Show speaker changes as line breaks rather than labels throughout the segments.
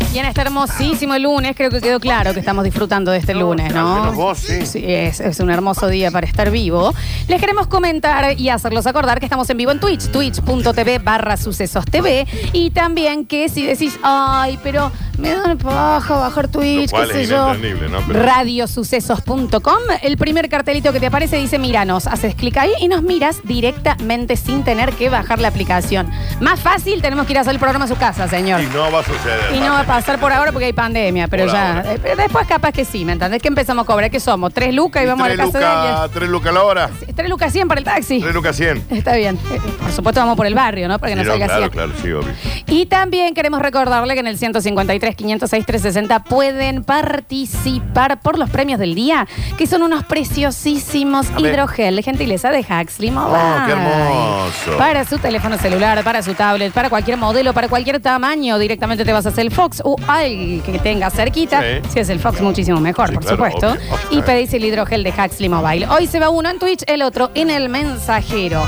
mañana está este hermosísimo el lunes. Creo que quedó claro que estamos disfrutando de este lunes,
al
¿no?
menos vos, sí.
es, es un hermoso día para estar vivo. Les queremos comentar y hacerlos acordar que estamos en vivo en Twitch, twitch.tv barra sucesos TV. Y también que si decís, ay, pero me dan paja bajar Twitch,
Lo cual
qué sé
es
yo.
inentendible, ¿no? Pero-
Radiosucesos.com. El primer cartelito que te aparece dice miranos. Haces clic ahí y nos miras directamente sin tener que bajar la aplicación. Más fácil, tenemos que ir a hacer el programa a su casa, señor.
Y no va a suceder.
Y no va a pasar por ahora porque hay pandemia, pero
Por
ya.
ahora.
eh, pero después capaz que sí, ¿me entendés? Que empezamos a cobrar, que somos tres lucas y vamos a
Tres
la casa de
lucas, tres lucas la hora.
alguien. Tres lucas 100 para el taxi.
Tres lucas cien.
Está bien. Eh, Por supuesto vamos por el barrio, ¿no? Para que no
Sí, no,
salga
claro,
así.
claro, sí, obvio.
Y también queremos recordarle que en el 153, 506, 360 pueden participar por los premios del día, que son unos preciosísimos
A ver. Oh,
hidrogel, gentileza de Huxley Mobile.
qué hermoso.
Para su teléfono celular, para su tablet, para cualquier modelo, para cualquier tamaño, directamente te vas a hacer el Fox o al que tengas cerquita.
Sí.
Si es el Fox, muchísimo mejor,
Sí,
por
claro,
supuesto.
obvio.
Y pedís el hidrogel de Huxley Mobile. Hoy se va uno en Twitch, el otro en el mensajero.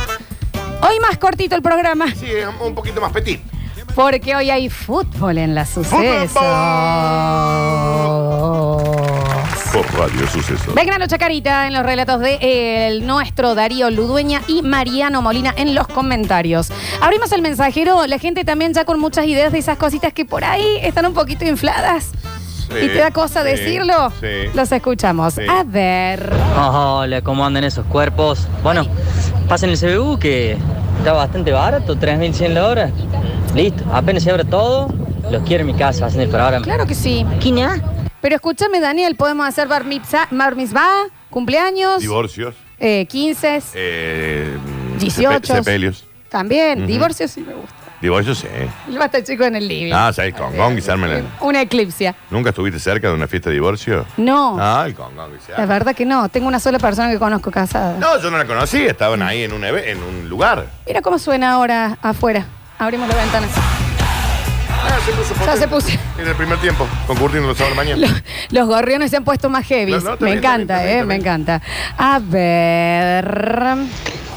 Hoy más cortito el programa.
Sí, es un poquito más petit.
Porque hoy hay fútbol en la sucesos.
Por radio suceso.
Belgrano Chacarita en los relatos de eh, el nuestro Darío Ludueña y Mariano Molina en los comentarios. Abrimos el mensajero, la gente también ya con muchas ideas de esas cositas que por ahí están un poquito infladas.
Sí,
¿Y te da cosa
sí,
decirlo?
sí.
Los escuchamos.
Sí.
A ver.
Hola, ¿cómo andan esos cuerpos? Bueno, pasen el CBU que está bastante barato, 3.100 la hora. Listo, apenas se abre todo, los quiero en mi casa, hacen el programa.
Claro que sí.
¿Quién es?
Pero escúchame, Daniel, podemos hacer bar mitzvah, bar mitzvah, cumpleaños,
Divorcios.
eh, 15,
Eh,
18.
sepe- Sepelios.
también,
Ujú.
divorcios sí me gusta.
Divorcios, sí.
El basta chico en el living.
Ah, sí, el congón que se arma en la-
Una eclipsia.
¿Nunca estuviste cerca de una fiesta de divorcio?
No,
Ah, el congón que se
la
arma.
verdad que no. Tengo una sola persona que conozco casada.
No, yo no la conocí. Estaban ahí en un, eve- en un lugar.
Mira cómo suena ahora afuera. Abrimos la ventana.
Ah, se puso
Ya
potente.
se puso.
En el primer tiempo, concurriendo los sábados de la mañana.
Los, los gorriones se han puesto más heavy.
No, no, está
me
bien,
encanta,
está bien, está bien,
eh, me
está bien.
encanta. A ver.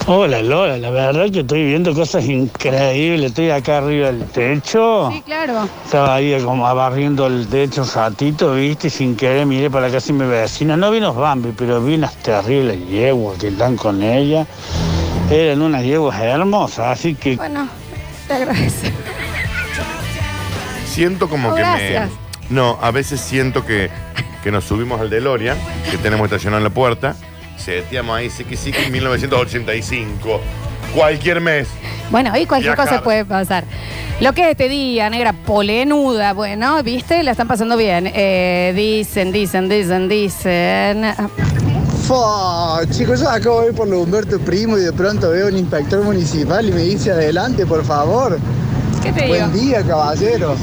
Hola Lola, la verdad que estoy viendo cosas increíbles. Estoy acá arriba del techo.
Oh.
Sí, claro.
Estaba ahí como barriendo el techo un ratito, viste, y sin querer miré para acá sin mi vecina. No vi unos Bambi, pero vi unas terribles yeguas que están con ella. Eran unas yeguas hermosas, así que
Bueno, te agradezco.
Siento como
Oh,
que
gracias.
me. No, a veces siento que, que nos subimos al DeLorean, que tenemos estacionado en la puerta, seteamos ahí Siki Siki 1985. Cualquier mes.
Bueno, hoy cualquier
Viajar.
cosa puede pasar. Lo que es este día, negra polenuda, bueno, ¿viste? La están pasando bien. Eh, dicen, dicen, dicen, dicen. Ah,
Fua, chicos, yo acabo de ir por lo Humberto Primo y de pronto veo un inspector municipal y me dice adelante, por favor.
¿Qué te digo?
Buen día, caballero.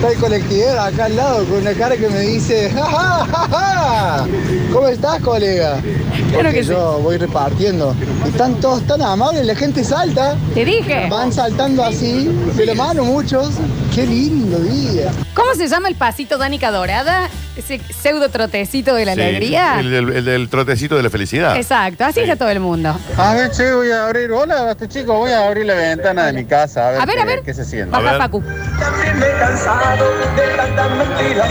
Está el colectivero acá al lado con una cara que me dice, "Ja, ja, ja, ja. ¿Cómo estás, colega?
Claro
Porque
que sí.
yo voy repartiendo. Y Están todos tan amables, la gente salta.
Te dije.
Van saltando así, de la mano muchos. Qué lindo día.
¿Cómo se llama el pasito Dánica Dorada? Ese pseudo trotecito de la
Sí,
alegría.
El, del- el del trotecito de la felicidad.
Exacto, así
Sí.
está todo el mundo.
A ver, Ah, che, voy a abrir. Hola, este chico, voy a abrir la ventana de mi casa. A ver,
A ver,
qué,
a ver.
qué se siente.
A
Baja
ver.
Facu.
También me he cansado de tantas mentiras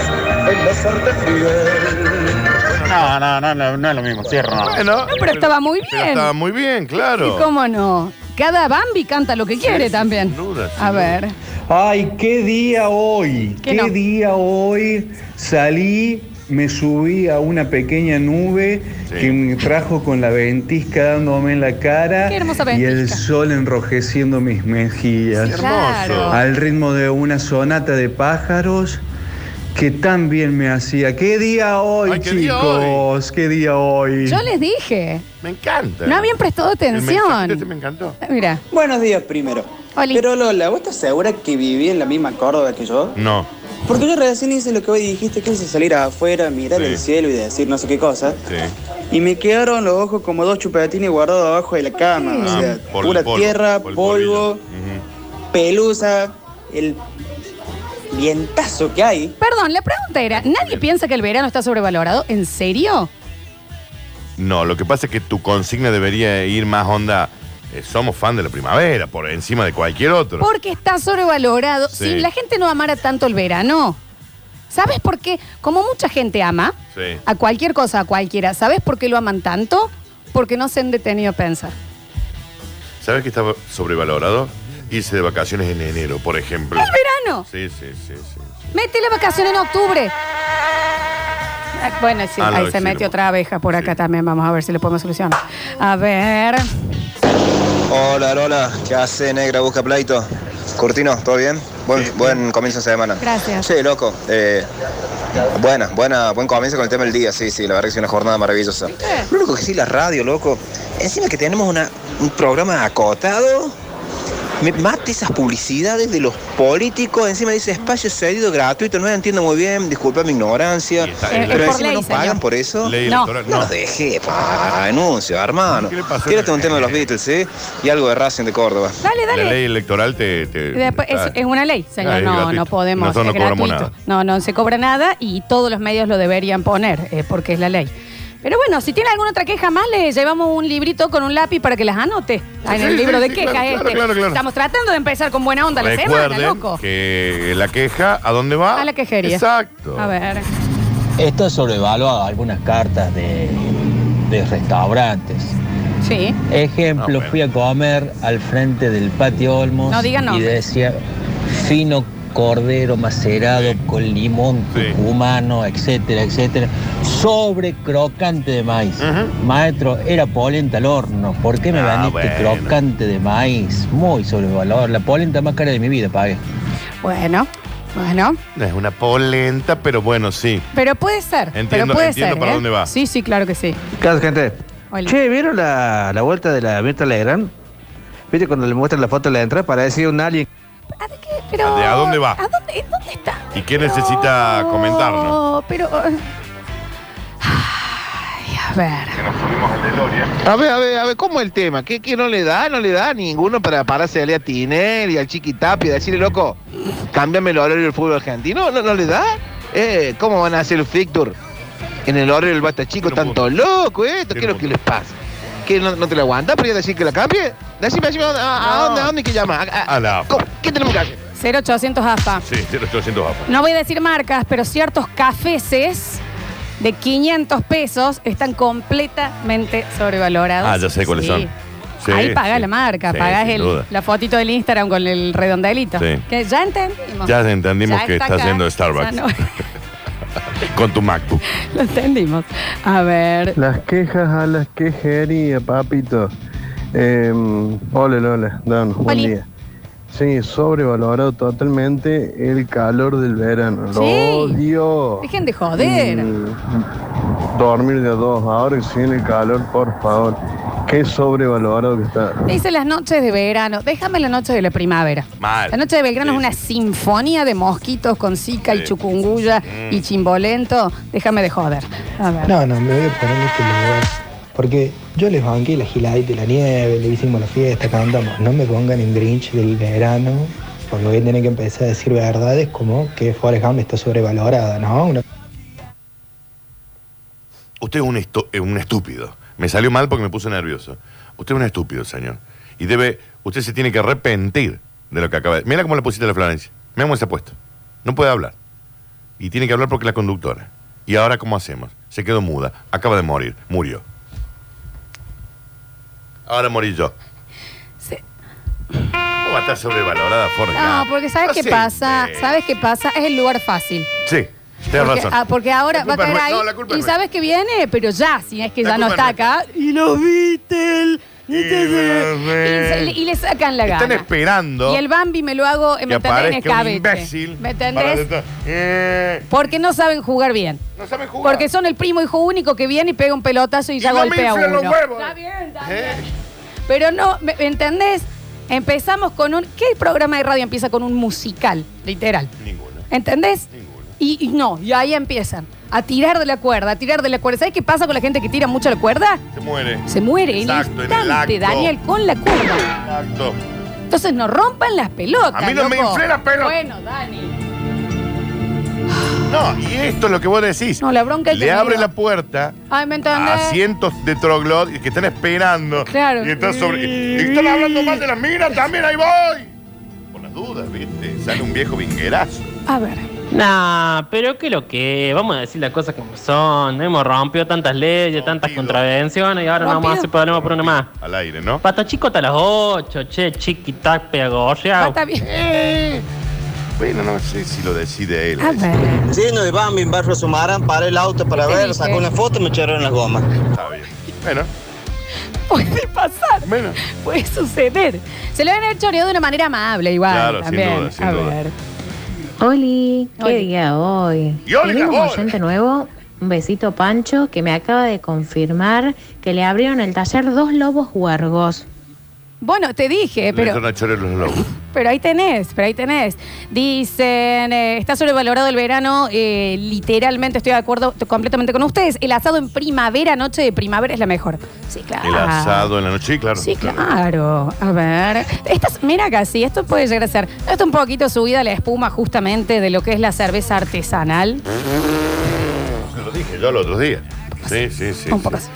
en no serte fiel.
No, no, no, no, no es lo mismo. Cierro, no.
Bueno,
pero estaba muy bien.
estaba muy bien, claro.
¿Y cómo no? Cada Bambi canta lo que quiere
sí,
también.
sin duda, sin
A
duda.
ver.
Ay, qué día hoy,
Que
qué,
no.
día hoy. Salí, me subí a una pequeña nube
Sí.
que me trajo con la ventisca dándome en la cara
Qué hermosa
y el
ventisca.
sol enrojeciendo mis mejillas.
Hermoso.
Claro.
Al ritmo de una sonata de pájaros que tan bien me hacía. Qué día hoy,
Ay, qué
chicos,
día
qué día hoy.
Yo les dije.
Me encanta.
No habían prestado
El mensaje este
atención.
me encantó.
Mira.
Buenos días primero.
Oli.
Pero Lola, ¿vos estás segura que viví en la misma Córdoba que yo?
No.
Porque yo recién hice lo que hoy dijiste, que es salir afuera, mirar
Sí.
el cielo y decir no sé qué cosa.
Sí.
Y me quedaron los ojos como dos chupetines guardados abajo de la cama. O sea,
Ah, por el
pura
polvo,
tierra,
por el polvillo.
polvo,
Ujú.
pelusa, el vientazo que hay.
Perdón, la pregunta era, ¿nadie piensa que el verano está sobrevalorado? ¿En serio?
No, lo que pasa es que tu consigna debería ir más onda. eh, somos fan de la primavera, por encima de cualquier otro.
Porque está sobrevalorado.
Sí.
Si la gente no amara tanto el verano, ¿sabes por qué? Como mucha gente ama
Sí.
a cualquier cosa, a cualquiera, ¿sabes por qué lo aman tanto? Porque no se han detenido a pensar.
¿Sabes qué está sobrevalorado? Irse de vacaciones en enero, por ejemplo.
¡El verano!
Sí, sí, sí, sí. sí.
Mete la vacación en octubre. Ah, Bueno, sí,
Ah, no,
ahí
sí,
se
lo
metió
puedo.
otra abeja por acá
Sí.
también. Vamos a ver si le podemos solucionar. A ver.
Hola, Lola. ¿Qué hace, negra? Busca pleito. Curtino, ¿todo bien? Buen, buen comienzo de semana.
Gracias.
Sí, loco. eh, buena, buena, buen comienzo con el tema del día, sí, sí, la verdad que es una jornada maravillosa. Lo único que sí, la radio, loco. Encima que tenemos una- un programa acotado, me mata esas publicidades de los políticos. Encima dice espacio cedido gratuito, no entiendo muy bien, disculpa mi ignorancia.
Y está-
Eh,
Pero
es por
encima
ley,
no pagan
señor.
por eso.
Ley
No.
electoral,
No
no.
los dejé, pa, anuncio, hermano.
¿Qué le pasó?
Tírate un tema de los Beatles, ¿eh? Y algo de Racing de Córdoba.
Dale,
La
dale.
ley electoral te. te-
Y después, es,
está-
es una ley, señor.
Ah, es
no,
gratuito.
no podemos.
Nosotros no
es
cobramos
gratuito. No, no se cobra nada y todos los medios lo deberían poner eh, porque es la ley. Pero bueno, si tiene alguna otra queja más, le llevamos un librito con un lápiz para que las anote. Ah, en
Sí,
el libro
sí,
de
sí,
quejas
claro,
este.
claro, claro, claro.
Estamos tratando de empezar con buena onda la semana,
Recuerden
loco.
que la queja, ¿a dónde va?
A la quejería.
Exacto.
A ver.
Está sobrevaluado algunas cartas de, de restaurantes.
Sí.
Ejemplo,
Ah, bueno.
fui a comer al frente del patio Olmos
No, diga no.
y decía fino cordero macerado con limón
Sí.
tucumano, etcétera, etcétera, sobre crocante de maíz.
Ujú.
Maestro, era polenta al horno. ¿Por qué me
Ah,
vendiste
bueno.
crocante de maíz? Muy sobrevalorado. La polenta más cara de mi vida, pagué.
Bueno, bueno.
Es una polenta, pero bueno, sí.
Pero puede ser.
Entiendo-
pero puede
entiendo
ser,
para
¿eh?
dónde va.
Sí, sí, claro que sí.
¿Qué hace, gente?
Hola.
Che, ¿vieron la, la vuelta de la Mirta Legrand? ¿Viste cuando le muestran la foto de la entrada para decir un alien?
¿A, de qué? Pero-
¿De a dónde va?
¿A dónde, dónde está?
¿Y qué necesita comentarnos?
Pero. Ay, a ver.
A ver, a ver, a ver, ¿cómo es el tema? ¿Qué, qué no le da? No le da a ninguno para pararse a a Tiner y al Chiquitapi y decirle, loco, cámbiame el horario del fútbol argentino. No, no le da. Eh, ¿Cómo van a hacer el fixture en el horario del Basta Chico?
Tiene un
Tanto
punto.
loco, ¿eh? ¿Esto ¿Qué
Tiene
es lo
un
que les pasa? ¿Que no, no te la aguanta para ir a decir que la cambie? Decime, decime, ¿a, a- a
No.
dónde, a dónde hay que llama?
A la-
¿Qué tenemos que hacer?
0800 AFA.
Sí, 0800 AFA.
No voy a decir marcas, pero ciertos cafeses de 500 pesos están completamente sobrevalorados.
Ah, ya sé cuáles
Sí.
son. Sí,
Ahí paga
sí.
la marca,
Sí,
pagás
sin
el-
duda.
la fotito del Instagram con el redondelito.
Sí.
Que ya entendimos.
Ya entendimos
Ya
que
está
estás
acá,
yendo de
ya
Starbucks.
no-
Con tu MacBook.
lo entendimos. A ver.
Las quejas a las quejerías, papito. Eh, hola, Lola, Dan, buen
Oli.
día. Sí, sobrevalorado totalmente el calor del verano. Lo
Sí.
odio.
Dejen de joder.
Mm, dormir de a dos, ahora que se viene el calor, por favor. Qué sobrevalorado que está.
Te Dice las noches de verano. Déjame la noche de la primavera.
Mal.
La noche de Belgrano
Sí,
es una sinfonía de mosquitos con zika y
Sí.
chucunguya
Mm.
y chimbolento. Déjame de joder. A ver.
no, me voy a poner en este lugar. Porque yo les banqué la giladita y la nieve, le hicimos la fiesta, cantamos. No me pongan en Grinch del verano, porque voy a tener que empezar a decir verdades como que Forrest Gump está sobrevalorada, ¿no? Una-
Usted es un, esto- eh, un estúpido. Me salió mal porque me puse nervioso. Usted es un estúpido, señor. Y debe, usted se tiene que arrepentir de lo que acaba de. Mira cómo le pusiste a la Florencia. Mira cómo se ha puesto. No puede hablar. Y tiene que hablar porque es la conductora. ¿Y ahora cómo hacemos? Se quedó muda. Acaba de morir. Murió. Ahora morí yo.
Sí.
¿Cómo va a estar sobrevalorada Forrest
No,
Gump?
porque ¿sabes qué
Así,
pasa?
eh,
¿Sabes qué pasa? Es el lugar fácil.
Sí, tienes
porque,
razón.
ah, porque ahora
La
va a
culpa
caer
es
ahí.
nuestra. No, la culpa
y
es
sabes que viene, pero ya, si es que
La
ya no está
culpa es nuestra.
acá. Y los Beatles. Y, se- y le sacan la
Están
gana.
esperando.
Y el Bambi me lo hago, ¿me
que
entendés? En
aparezca un
escabeche.
imbécil.
¿Me
para
entendés?
detrás. Eh,
Porque no saben jugar bien.
no saben jugar.
Porque son el primo hijo único que viene y pega un pelotazo y ya
no me
golpea a
inflan
uno.
los huevos.
Está bien, está bien.
Eh,
Pero no, ¿me me entendés? Empezamos con un. ¿Qué programa de radio empieza con un musical? Literal.
Ninguno.
¿Entendés?
Ninguno.
Y, y no, y ahí empiezan. A tirar de la cuerda, a tirar de la cuerda. ¿Sabes qué pasa con la gente que tira mucho la cuerda?
Se muere.
Se muere
Exacto, en
en
el
instante,
acto.
Daniel, con la cuerda.
Exacto.
Entonces no rompan las pelotas.
A mí no me
loco.
inflé la pelota.
Bueno, Dani.
No, y esto es lo que vos decís.
No, la bronca hay que
Le abre
medir.
la puerta
Ay, ¿me entendés?
a cientos de trogloditas que están esperando.
Claro.
Y están sobre. y están hablando mal de las minas también, ahí voy. Por las dudas, ¿viste? Sale un viejo vinguerazo.
A ver.
Nah, pero qué lo que, vamos a decir las cosas como son. Hemos rompido tantas leyes, tantas contravenciones y ahora no vamos a hacer problema por una más.
Al aire, ¿no?
Pata chico hasta las 8, che, chiquita, pedagogía.
Ah, Está bien.
Bueno, no sé si lo decide él.
A ver.
Lleno de Bambi en Barrio Sumarán, paré el auto para
¿Qué
ver,
dice?
sacó una foto y me echaron las gomas.
Está bien. Bueno.
Puede pasar. Puede suceder. Se lo han hecho de una manera amable igual.
Claro, sin
también.
duda, sin
a
duda.
ver.
Oli, qué
Oli.
día hoy.
Y oli,
Tenemos un
Gabón.
oyente nuevo, un besito a Pancho, que me acaba de confirmar que le abrieron el taller dos lobos huargos.
Bueno, te dije,
Pero...
pero,
Le echan a los lobos.
pero ahí tenés, pero ahí tenés. Dicen, eh, está sobrevalorado el verano, eh, literalmente estoy de acuerdo t- completamente con ustedes. El asado en primavera, noche de primavera es la mejor. Sí, claro.
El asado en la noche, sí, claro.
Ah. Sí, claro. A ver. Estas, mira casi, esto puede llegar a ser. Esto está un poquito subida la espuma justamente de lo que es la cerveza artesanal.
Se lo dije yo el otro día. Sí, sí, sí.
Un
sí.
poco así.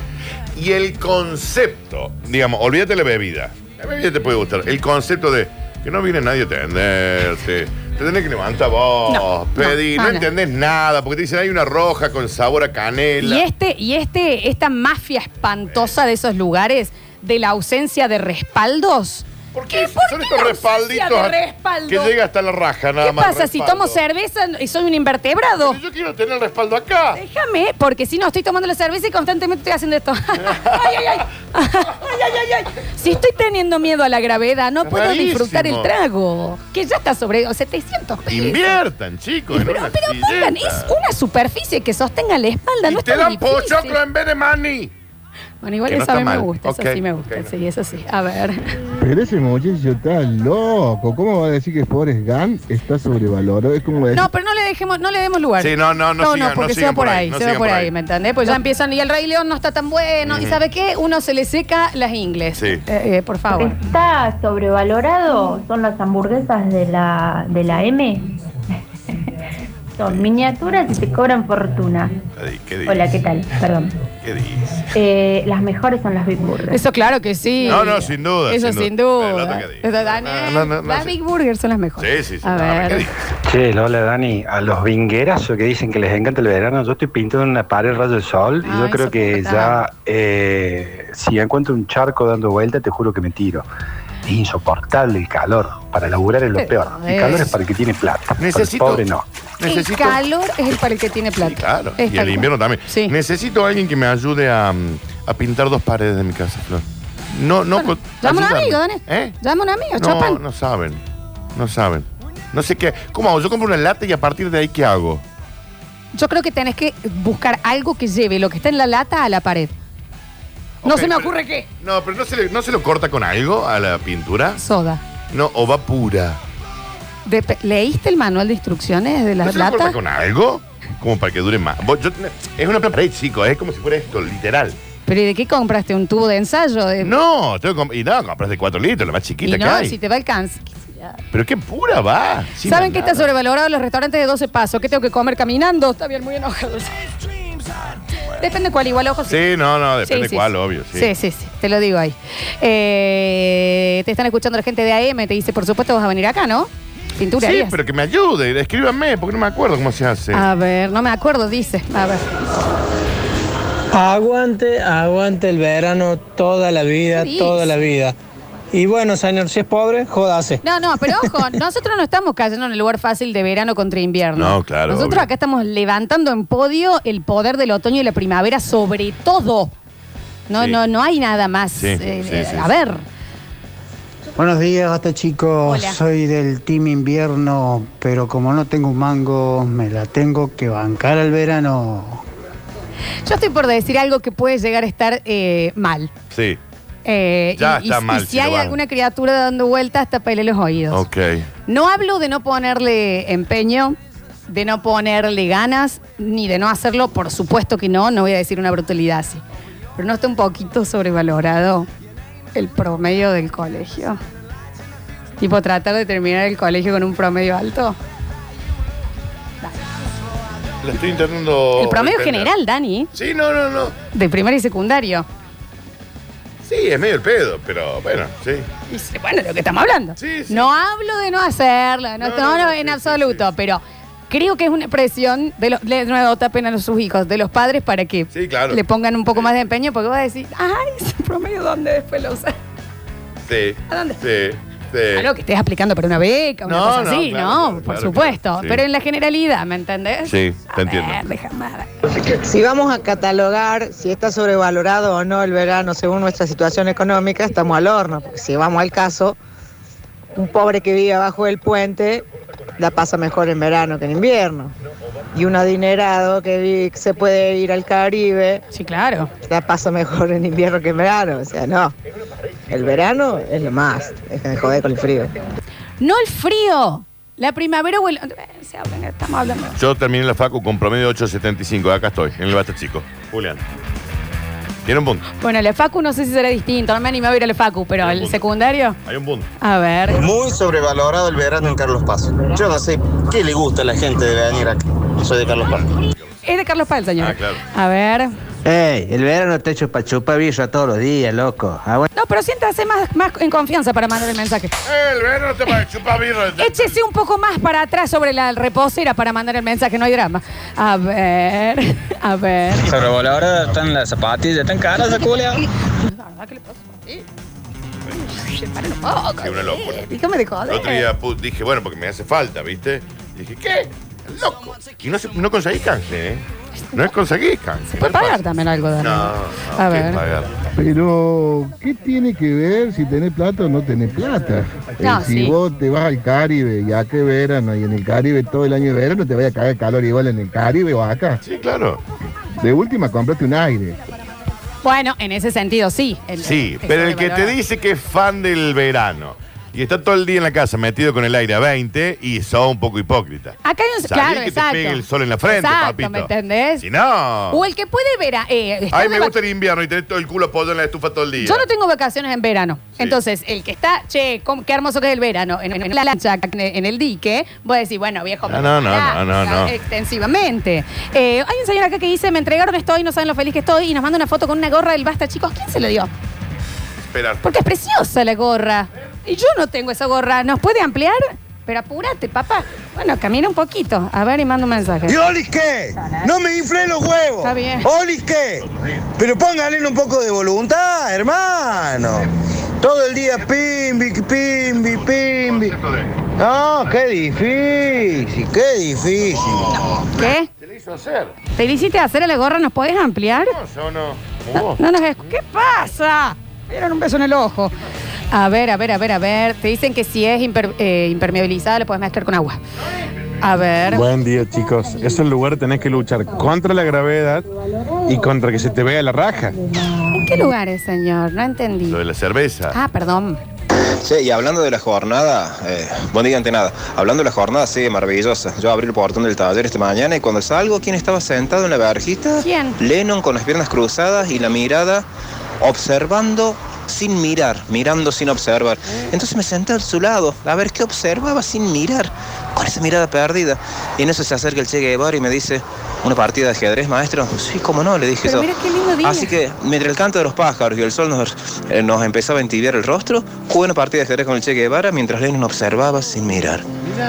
Y el concepto, digamos, olvídate la bebida. La bebida te puede gustar. El concepto de que no viene nadie a atenderte. Te tenés que levantar vos,
No,
pedí,
no,
no,
no, no.
entendés nada, porque te dicen hay una roja con sabor a canela.
Y este, y este, esta mafia espantosa de esos lugares, de la ausencia de respaldos. ¿Por qué?
Son estos
la
respalditos
ausencia de
a-
respaldo?
que llega hasta la raja nada
¿Qué
más.
pasa si tomo cerveza y soy un invertebrado?
yo quiero tener el respaldo acá.
Déjame, porque si no, estoy tomando la cerveza y constantemente estoy haciendo esto. ay, ay, ay. ay, ay, ay, ay. Si estoy teniendo miedo a la gravedad, no puedo
Rarísimo.
disfrutar el trago. Que ya está sobre 700 pesos.
Inviertan, chicos. en una
Pero pongan,
silleta.
es una superficie que sostenga la espalda. no
Y
es
te
tan
dan
difícil.
pochoclo en vez de maní.
Bueno, igual
Que no
eso
está
a mí me
mal.
gusta,
Ok,
eso sí me gusta, sí, eso sí. A ver.
Pero ese muchacho está loco. ¿Cómo va a decir que Forrest Gump está sobrevalorado? Es como decir,
No, pero no le dejemos, no le demos lugar.
Sí, no, no, no
No,
sigan,
no, porque
no
se va
sigan
por
por
ahí,
ahí, no
se va
sigan
por
por
ahí,
ahí.
¿me entendés? Pues ya empiezan, y el Rey León no está tan bueno, y
Ujú.
¿sabe qué? Uno se le seca las ingles.
Sí.
Eh, eh, por favor.
Está sobrevalorado, son las hamburguesas de la, de la M. son miniaturas y te cobran fortuna.
Ay, ¿Qué dices?
Hola, ¿qué tal? Perdón.
¿Qué dices?
Eh, las mejores son las Big Burger.
Eso claro que sí.
No, no, sin duda,
Eso
sin
sin
duda. El
duda.
otro que diga.
Eso, Daniel,
No, no, no,
las
sí.
Big Burger son las mejores.
Sí, sí, sí.
A
no,
ver.
¿qué dices?
Che, hola Dani, a los vinguerazos que dicen que les encanta el verano, yo estoy pintando en una pared rayo de sol
Ah,
y yo creo que ya eh, si encuentro un charco dando vuelta, te juro que me tiro. Es insoportable el calor, para laburar es lo
Pero
peor. El calor
es-
es para el que tiene plata, para el
Necesito-
pobre no.
El calor es el para el que tiene plata.
Claro,
Es
y
tal
el invierno también. Necesito a alguien que me ayude a, mm, a pintar dos paredes de mi casa, Flor. No, no. con-
cual. Llama a un
ayúdame. ¿Eh?
amigo, Daniel. Llama a un amigo,
No,
Chapan.
no saben. No saben. No sé qué. ¿Cómo hago? Yo compro una lata y a partir de ahí, ¿qué hago?
Yo creo que tenés que buscar algo que lleve lo que está en la lata a la pared. no
Ok,
se me
pero-
ocurre qué.
No, pero no se, le- no se lo corta con algo a la pintura.
Soda.
No, o va pura.
Depe- ¿Leíste el manual de instrucciones de
¿No
las
se lo corta
latas?
con algo? Como para que dure más. Vos- yo- es una pared, chicos. Es como si fuera esto, literal.
¿Pero y de qué compraste? ¿Un tubo de ensayo? De-
No, tengo que comp- y no, compras de 4 litros, la más
Eh. y
chiquita que
no,
hay.
si te va alcanza.
Pero qué pura va. Sin
¿Saben que
nada.
está sobrevalorado los restaurantes de 12 pasos? ¿Qué tengo que comer caminando? Está bien, muy enojado. Depende cuál, igual ojo.
Sí, no, no, depende
Sí, sí,
cuál,
sí.
obvio. Sí.
Sí, sí, sí, te lo digo ahí. Eh, te están escuchando la gente de AM, te dice, por supuesto vas a venir acá, ¿no? Pintura.
Sí,
harías. Ah.
pero que me ayude, escríbanme, porque no me acuerdo cómo se hace.
A ver, no me acuerdo, dice. A ver.
Aguante, aguante el verano toda la vida,
¿Qué
toda
dice?
la vida. Y bueno, señor, si es pobre, jódase.
No, no, pero ojo, nosotros no estamos cayendo en el lugar fácil de verano contra invierno.
No, claro,
Nosotros
obvio.
acá estamos levantando en podio el poder del otoño y la primavera, sobre todo. No,
Sí.
no, no hay nada más.
Sí,
Eh,
sí,
eh,
sí,
a
sí.
ver.
Buenos días, hasta chicos.
Hola.
Soy del Team Invierno, pero como no tengo un mango, me la tengo que bancar al verano.
Yo estoy por decir algo que puede llegar a estar eh, mal.
Sí,
Eh,
Ya
y,
está
y- y
mal,
si
si lo
hay
van.
alguna criatura dando vueltas, hasta pele los oídos.
ok.
No hablo de no ponerle empeño, de no ponerle ganas, ni de no hacerlo, por supuesto que no, no voy a decir una brutalidad así. Pero no está un poquito sobrevalorado el promedio del colegio. Tipo, tratar de terminar el colegio con un promedio alto.
La estoy intentando.
El promedio
entender.
general, Dani.
Sí, no, no, no.
De primario y secundario.
Sí, es medio el pedo, pero bueno, sí.
Y sí, bueno, lo que estamos hablando. No hablo de no hacerlo, de no, no, no, en absoluto, pero creo que es una presión de los de nuevo tapen a sus hijos, de los padres para que
claro.
le pongan un poco más de empeño, porque va a decir, ay, ese promedio dónde después lo usas.
Sí.
¿A dónde?
Sí. Sí.
Claro que estés aplicando para una beca, una
No,
cosa
no,
así,
claro,
¿no?
claro,
Por
claro,
supuesto.
claro, sí.
Pero en la generalidad, ¿me entendés?
Sí, te entiendo.
A ver, déjame ver.
Si vamos a catalogar si está sobrevalorado o no el verano según nuestra situación económica, estamos al horno. Porque si vamos al caso, un pobre que vive abajo del puente la pasa mejor en verano que en invierno. Y un adinerado que vi- que se puede ir al Caribe.
Sí, claro.
La pasa mejor en invierno que en verano. O sea, no. El verano es lo más. Dejen de joder con el frío.
No el frío. La primavera o el. eh, se hablan, Estamos hablando.
Yo terminé la facu con promedio 8.75. Acá estoy, en el basta chico. Julián. Tiene un punto.
Bueno, la Facu no sé si será distinto. No me animé a ir a la Facu, pero el secundario.
Hay un punto.
A ver.
Muy sobrevalorado el verano en Carlos Paz. Yo no sé qué le gusta a la gente de venir acá. Soy de Carlos Paz.
Es de Carlos Paz,
Ah,
señor.
claro.
A ver.
Ey, el verano te chupa chupa birra todos los días, loco. Agua-
No, pero siéntase más, más en confianza para mandar el mensaje.
Eh, El verano te va a chupar birra.
Échese un poco más para atrás sobre la reposera para mandar el mensaje, no hay drama. A ver, a ver.
Sobrevaloradas están las zapatillas, están caras,
¿eh,
esa culia.
Sí, una locura.
Dígame de
El otro
joder.
día pu- dije, bueno, porque me hace falta, ¿viste? Y dije, ¿qué? Loco. Y no, se- no conseguís canje, ¿eh? No conseguís canje.
Puede pagar también algo, Dani.
No, no,
A
¿qué
ver.
pagar?
Pero, ¿qué tiene que ver si tenés plata o no tenés plata? Eh,
No,
si
sí.
vos te vas al Caribe y acá es verano, y en el Caribe todo el año es verano, te vaya a caer calor igual en el Caribe o acá.
Sí, claro.
De última, cómprate un aire.
Bueno, en ese sentido, sí. El-
Sí,
es
pero el que te
sobrevalorado.
dice que es fan del verano y está todo el día en la casa metido con el aire a 20 y sos un poco hipócrita.
Acá hay un.
Sabés
Ah, Claro,
que
exacto.
te pegue el sol en la frente,
exacto,
papito.
¿me entendés?
Si no.
O el que puede ver a. eh, estar
Ay,
de
me
vac-
gusta el invierno y tenés todo el culo apoyado en la estufa todo el día.
Yo no tengo vacaciones en verano. Entonces, el que está, che, cómo- qué hermoso que es el verano, en, en la lancha, en, en el dique, voy a decir, bueno, viejo,
No, no, no,
pará,
no, no, no.
extensivamente. Eh, hay un señor acá que dice, me entregaron esto y no saben lo feliz que estoy, y nos manda una foto con una gorra del basta, chicos. ¿Quién se lo dio?
Esperar.
Porque es preciosa la gorra. Y yo no tengo esa gorra. ¿Nos puede ampliar? Pero apúrate, papá. Bueno, camina un poquito. A ver y manda un mensaje.
¿Y Oli qué? No me inflé los huevos.
Está bien.
¿Oli qué? Pero póngale un poco de voluntad, hermano. Todo el día pimbi, pimbi, pimbi. No, qué difícil, qué difícil.
¿Qué?
Te le hizo hacer.
¿Te le hiciste hacer a la gorra? ¿Nos podés ampliar?
No, yo no. Como
No,
vos.
no nos escu- ¿Qué pasa? Me dieron un beso en el ojo. A ver, a ver, a ver, a ver. Te dicen que si es imper- eh, impermeabilizada, lo puedes mezclar con agua. A ver.
Buen día, chicos. Es el lugar tenés que luchar contra la gravedad y contra que se te vea la raja.
¿En qué lugares, señor? No entendí.
Lo de la cerveza.
Ah, perdón.
Sí, y hablando de la jornada, eh, buen día ante nada. Hablando de la jornada, sí, maravillosa. Yo abrí el portón del taller esta mañana y cuando salgo, ¿quién estaba sentado en la verjita?
¿Quién?
Lennon con las piernas cruzadas y la mirada observando sin mirar, mirando sin observar. Entonces me senté a su lado a ver qué observaba sin mirar, con esa mirada perdida. Y en eso se acerca el Che Guevara y me dice, ¿una partida de ajedrez, maestro? Sí, cómo no, le dije
Pero
yo.
mira qué lindo día.
Así que mientras el canto de los pájaros y el sol nos, eh, nos empezaba a entibiar el rostro, jugué una partida de ajedrez con el Che Guevara mientras Lenin observaba sin mirar.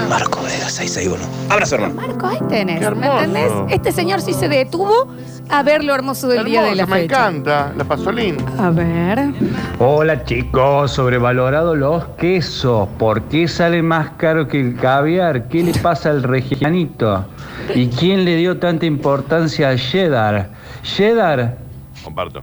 Marco Vega 661. Abrazo, hermano.
Marco, ahí tenés. ¿Me entendés? Este señor sí se detuvo a ver lo hermoso del día de la
me
fecha.
encanta. La pasó linda.
A ver.
Hola chicos, sobrevalorado los quesos. ¿Por qué sale más caro que el caviar? ¿Qué le pasa al regianito? ¿Y quién le dio tanta importancia a Cheddar? Cheddar
Comparto.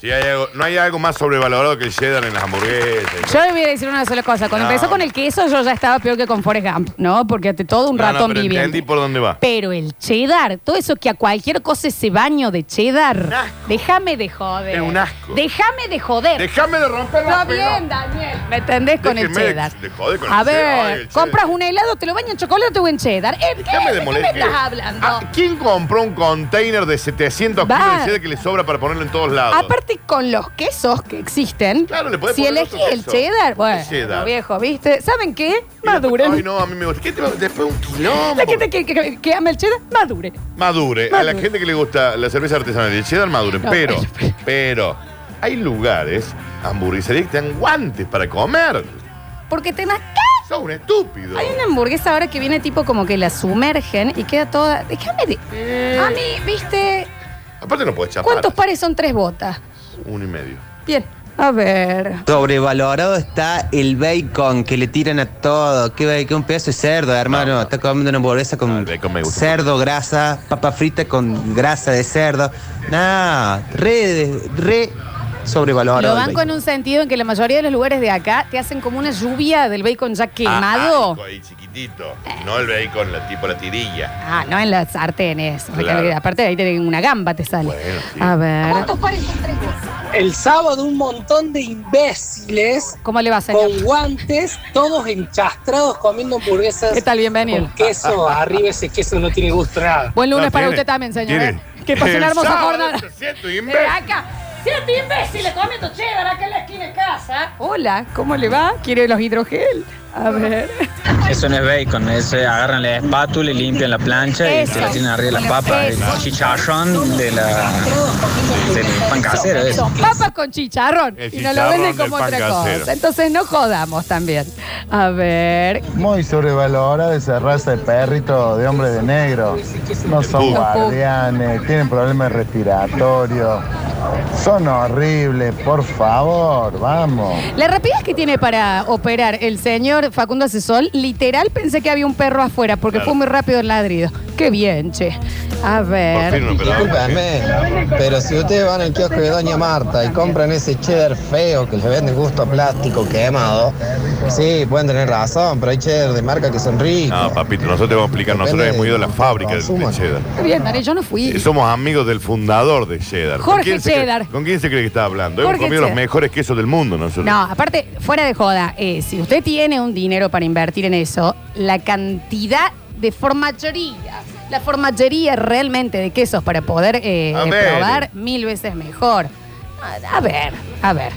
Sí, hay algo- no hay algo más sobrevalorado que el cheddar en las hamburguesas.
Yo le voy a decir una sola cosa. Cuando
No.
empezó con el queso, yo ya estaba peor que con Forrest Gump, ¿no? Porque ante todo un
No, no,
ratón
pero
viviente.
entendí por dónde va.
Pero el cheddar, todo eso que a cualquier cosa ese baño de cheddar. Déjame de joder.
Es un
asco. Déjame de joder.
Déjame de romper
Está bien, Daniel. ¿Me entendés con el
Déjeme de-
cheddar?
de joder con
a
el
ver,
cheddar. Ay, el cheddar.
compras un helado, te lo bañan en chocolate o en cheddar. ¿Eh, ¿Qué,
Déjame de
¿De qué me
molestar.
estás hablando?
Ah, ¿Quién compró un container de 700
Va.
kilos de cheddar que le sobra para ponerlo en todos lados?
Aparte, hoy con los quesos que existen.
Claro, le podés
Si
poner
elegí
otro
el
queso.
cheddar, bueno,
cheddar.
viejo, ¿viste? ¿Saben qué?
Ay,
Maduren.
no, a mí me gusta. ¿Qué te va- Después un quilombo.
La gente que, que- que ama el cheddar, madure.
Madure. A la
Madure.
gente que le gusta la cerveza artesanal y el cheddar, maduren.
No,
pero, pero, hay lugares, hamburgueserías que te dan guantes para comer.
Porque tenés
Sos un estúpido.
Hay una hamburguesa ahora que viene tipo como que la sumergen y queda toda. Déjame de.
Eh.
A mí, viste.
Aparte no podés chapar.
¿Cuántos pares son tres botas?
Uno y medio.
Bien, a ver.
Sobrevalorado está el bacon que le tiran a todo. ¿Qué bacon? Un pedazo de cerdo, hermano. Está comiendo una hamburguesa con cerdo, grasa, papa frita con grasa de cerdo. Nah, re, re sobrevalorado.
Lo
el
banco en un sentido en que la mayoría de los lugares de acá te hacen como una lluvia del bacon ya quemado.
Ah, ahí chiquitito. No el bacon, la, tipo la tirilla.
Ah, no en las sartenes.
Claro.
Porque Aparte ahí tienen una gamba, te sale. A ver.
El sábado un montón de imbéciles
¿Cómo le va,
con guantes, todos enchastrados comiendo hamburguesas. ¿Qué
tal? Bienvenido.
Con queso, arriba ese queso no tiene gusto nada.
Buen lunes No, para tiene, usted también, señor, tiene. ¿eh? Que pase una
El
hermosa
sábado
jornada.
se
Eh, acá. Siete imbéciles comiendo cheddar acá en la esquina de casa. Hola, ¿cómo le va? ¿Quiere los hidrogel? A ver.
Eso no es bacon, eso es eh, agarran la espátula y limpian la plancha y
Eso.
se la tienen arriba de las papas. El chicharrón de la, del pan casero. eso.
Son papas con chicharrón.
El
y nos lo venden
chicharrón
como
del
otra
pan casero.
cosa. Entonces no jodamos también. A ver.
Muy sobrevalorada esa raza de perrito de hombre de negro. No son
Los pug.
guardianes, tienen problemas respiratorios. Son horribles, por favor, vamos.
La rapidez que tiene para operar el señor Facundo Asesol, literal pensé que había un perro afuera porque
Claro.
fue muy rápido el ladrido. Qué bien, che. A ver.
Discúlpame, pero si ustedes van al kiosco de Doña Marta y compran ese cheddar feo que les vende gusto a plástico quemado, sí, pueden tener razón, pero hay cheddar de marca que son ricos.
No, papito, nosotros te vamos a explicar. Nosotros
Depende
hemos ido a la fábrica del de cheddar.
Qué bien, Dani, yo no fui.
Eh, Somos amigos del fundador de cheddar.
Jorge
se cree-
Cheddar.
¿Con quién se cree que está hablando?
Jorge
Hemos comido los
Cheddar.
mejores quesos del mundo nosotros.
No, aparte, fuera de joda, eh, si usted tiene un dinero para invertir en eso, la cantidad de formachería, la formachería realmente de quesos para poder eh,
A ver.
probar mil veces mejor. A, a ver, a ver.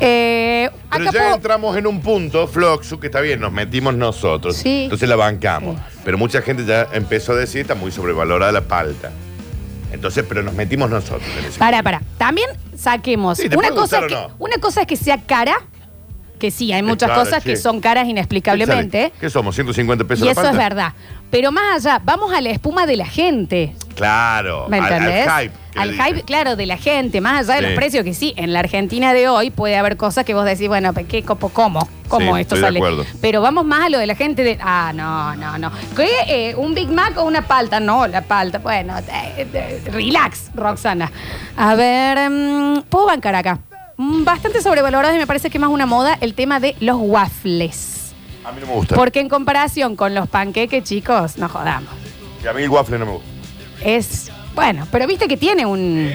Eh,
Pero
acá
ya
puedo-
entramos en un punto, Floxu, que está bien, nos metimos nosotros.
Sí.
Entonces la bancamos. Pero mucha gente ya empezó a decir, está muy sobrevalorada la palta. Entonces, pero nos metimos nosotros. en ese-
Para, para. También saquemos.
Sí, te
una,
puede
cosa
gustar
es que,
o no.
una cosa es que sea cara, que sí, hay muchas
cara,
cosas que
sí.
son caras inexplicablemente.
¿Qué somos? ¿150 pesos
Y
la
eso
palta?
es verdad. Pero más allá, vamos a la espuma de la gente.
Claro.
¿Me
al- al
entendés?
hype que
Al
le
hype, claro, de la gente, más allá de
Sí.
los precios, que sí, en la Argentina de hoy puede haber cosas que vos decís, bueno, pe- ¿qué, copo- ¿cómo? ¿Cómo
Sí,
esto
estoy
sale?
de acuerdo.
Pero vamos más a lo de la gente de, ah, no, no, no. ¿Qué? eh, ¿Un Big Mac o una palta? No, la palta. Bueno, eh, eh, relax, Roxana. A ver, mm, ¿puedo bancar acá? Mm, Bastante sobrevalorado y me parece que más una moda el tema de los waffles.
A mí no me gusta.
Porque en comparación con los panqueques, chicos, no jodamos.
Y a mí el waffle no me gusta.
Es. Bueno, pero viste que tiene un.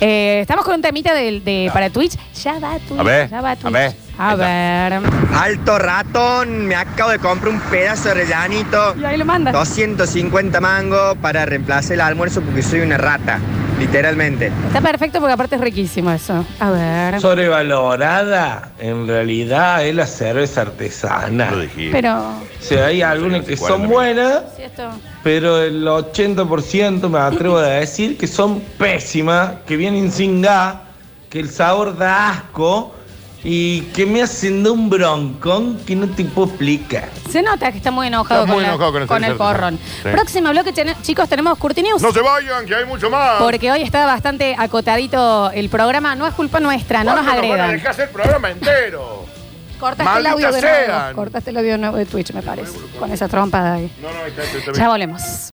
Eh, estamos con un temita del- de, para Twitch. Ya va Twitch.
A ver,
Ya va
a
Twitch.
ver.
A ver.
Alto ratón, me acabo de comprar un pedazo de rellanito.
Y ahí lo manda.
250 mango para reemplazar el almuerzo porque soy una rata, literalmente.
Está perfecto porque aparte es riquísimo eso. A ver.
Sobrevalorada, en realidad, es la cerveza artesana.
Pero.
O sea, hay algunas que son buenas,
Si esto.
pero el 80% me atrevo a decir que son pésimas, que vienen sin gas, que el sabor da asco y que me hacen de un broncón que no te puedo explicar.
Se nota que está muy enojado,
Está muy
la-
enojado con
el
el servicio.
porrón.
Sí.
Próximo bloque, ten- chicos, tenemos Curti News.
No se vayan, que hay mucho más.
Porque hoy está bastante acotadito el programa. No es culpa nuestra, no nos
¿Cuándo van a
agredan.
dejar hacer el programa entero.
Cortaste
Maldita
el audio de
sean.
nuevo. Cortaste el audio de nuevo de Twitch, me parece. Con esa trompa de ahí.
No, no, está, está, está bien.
Ya volvemos.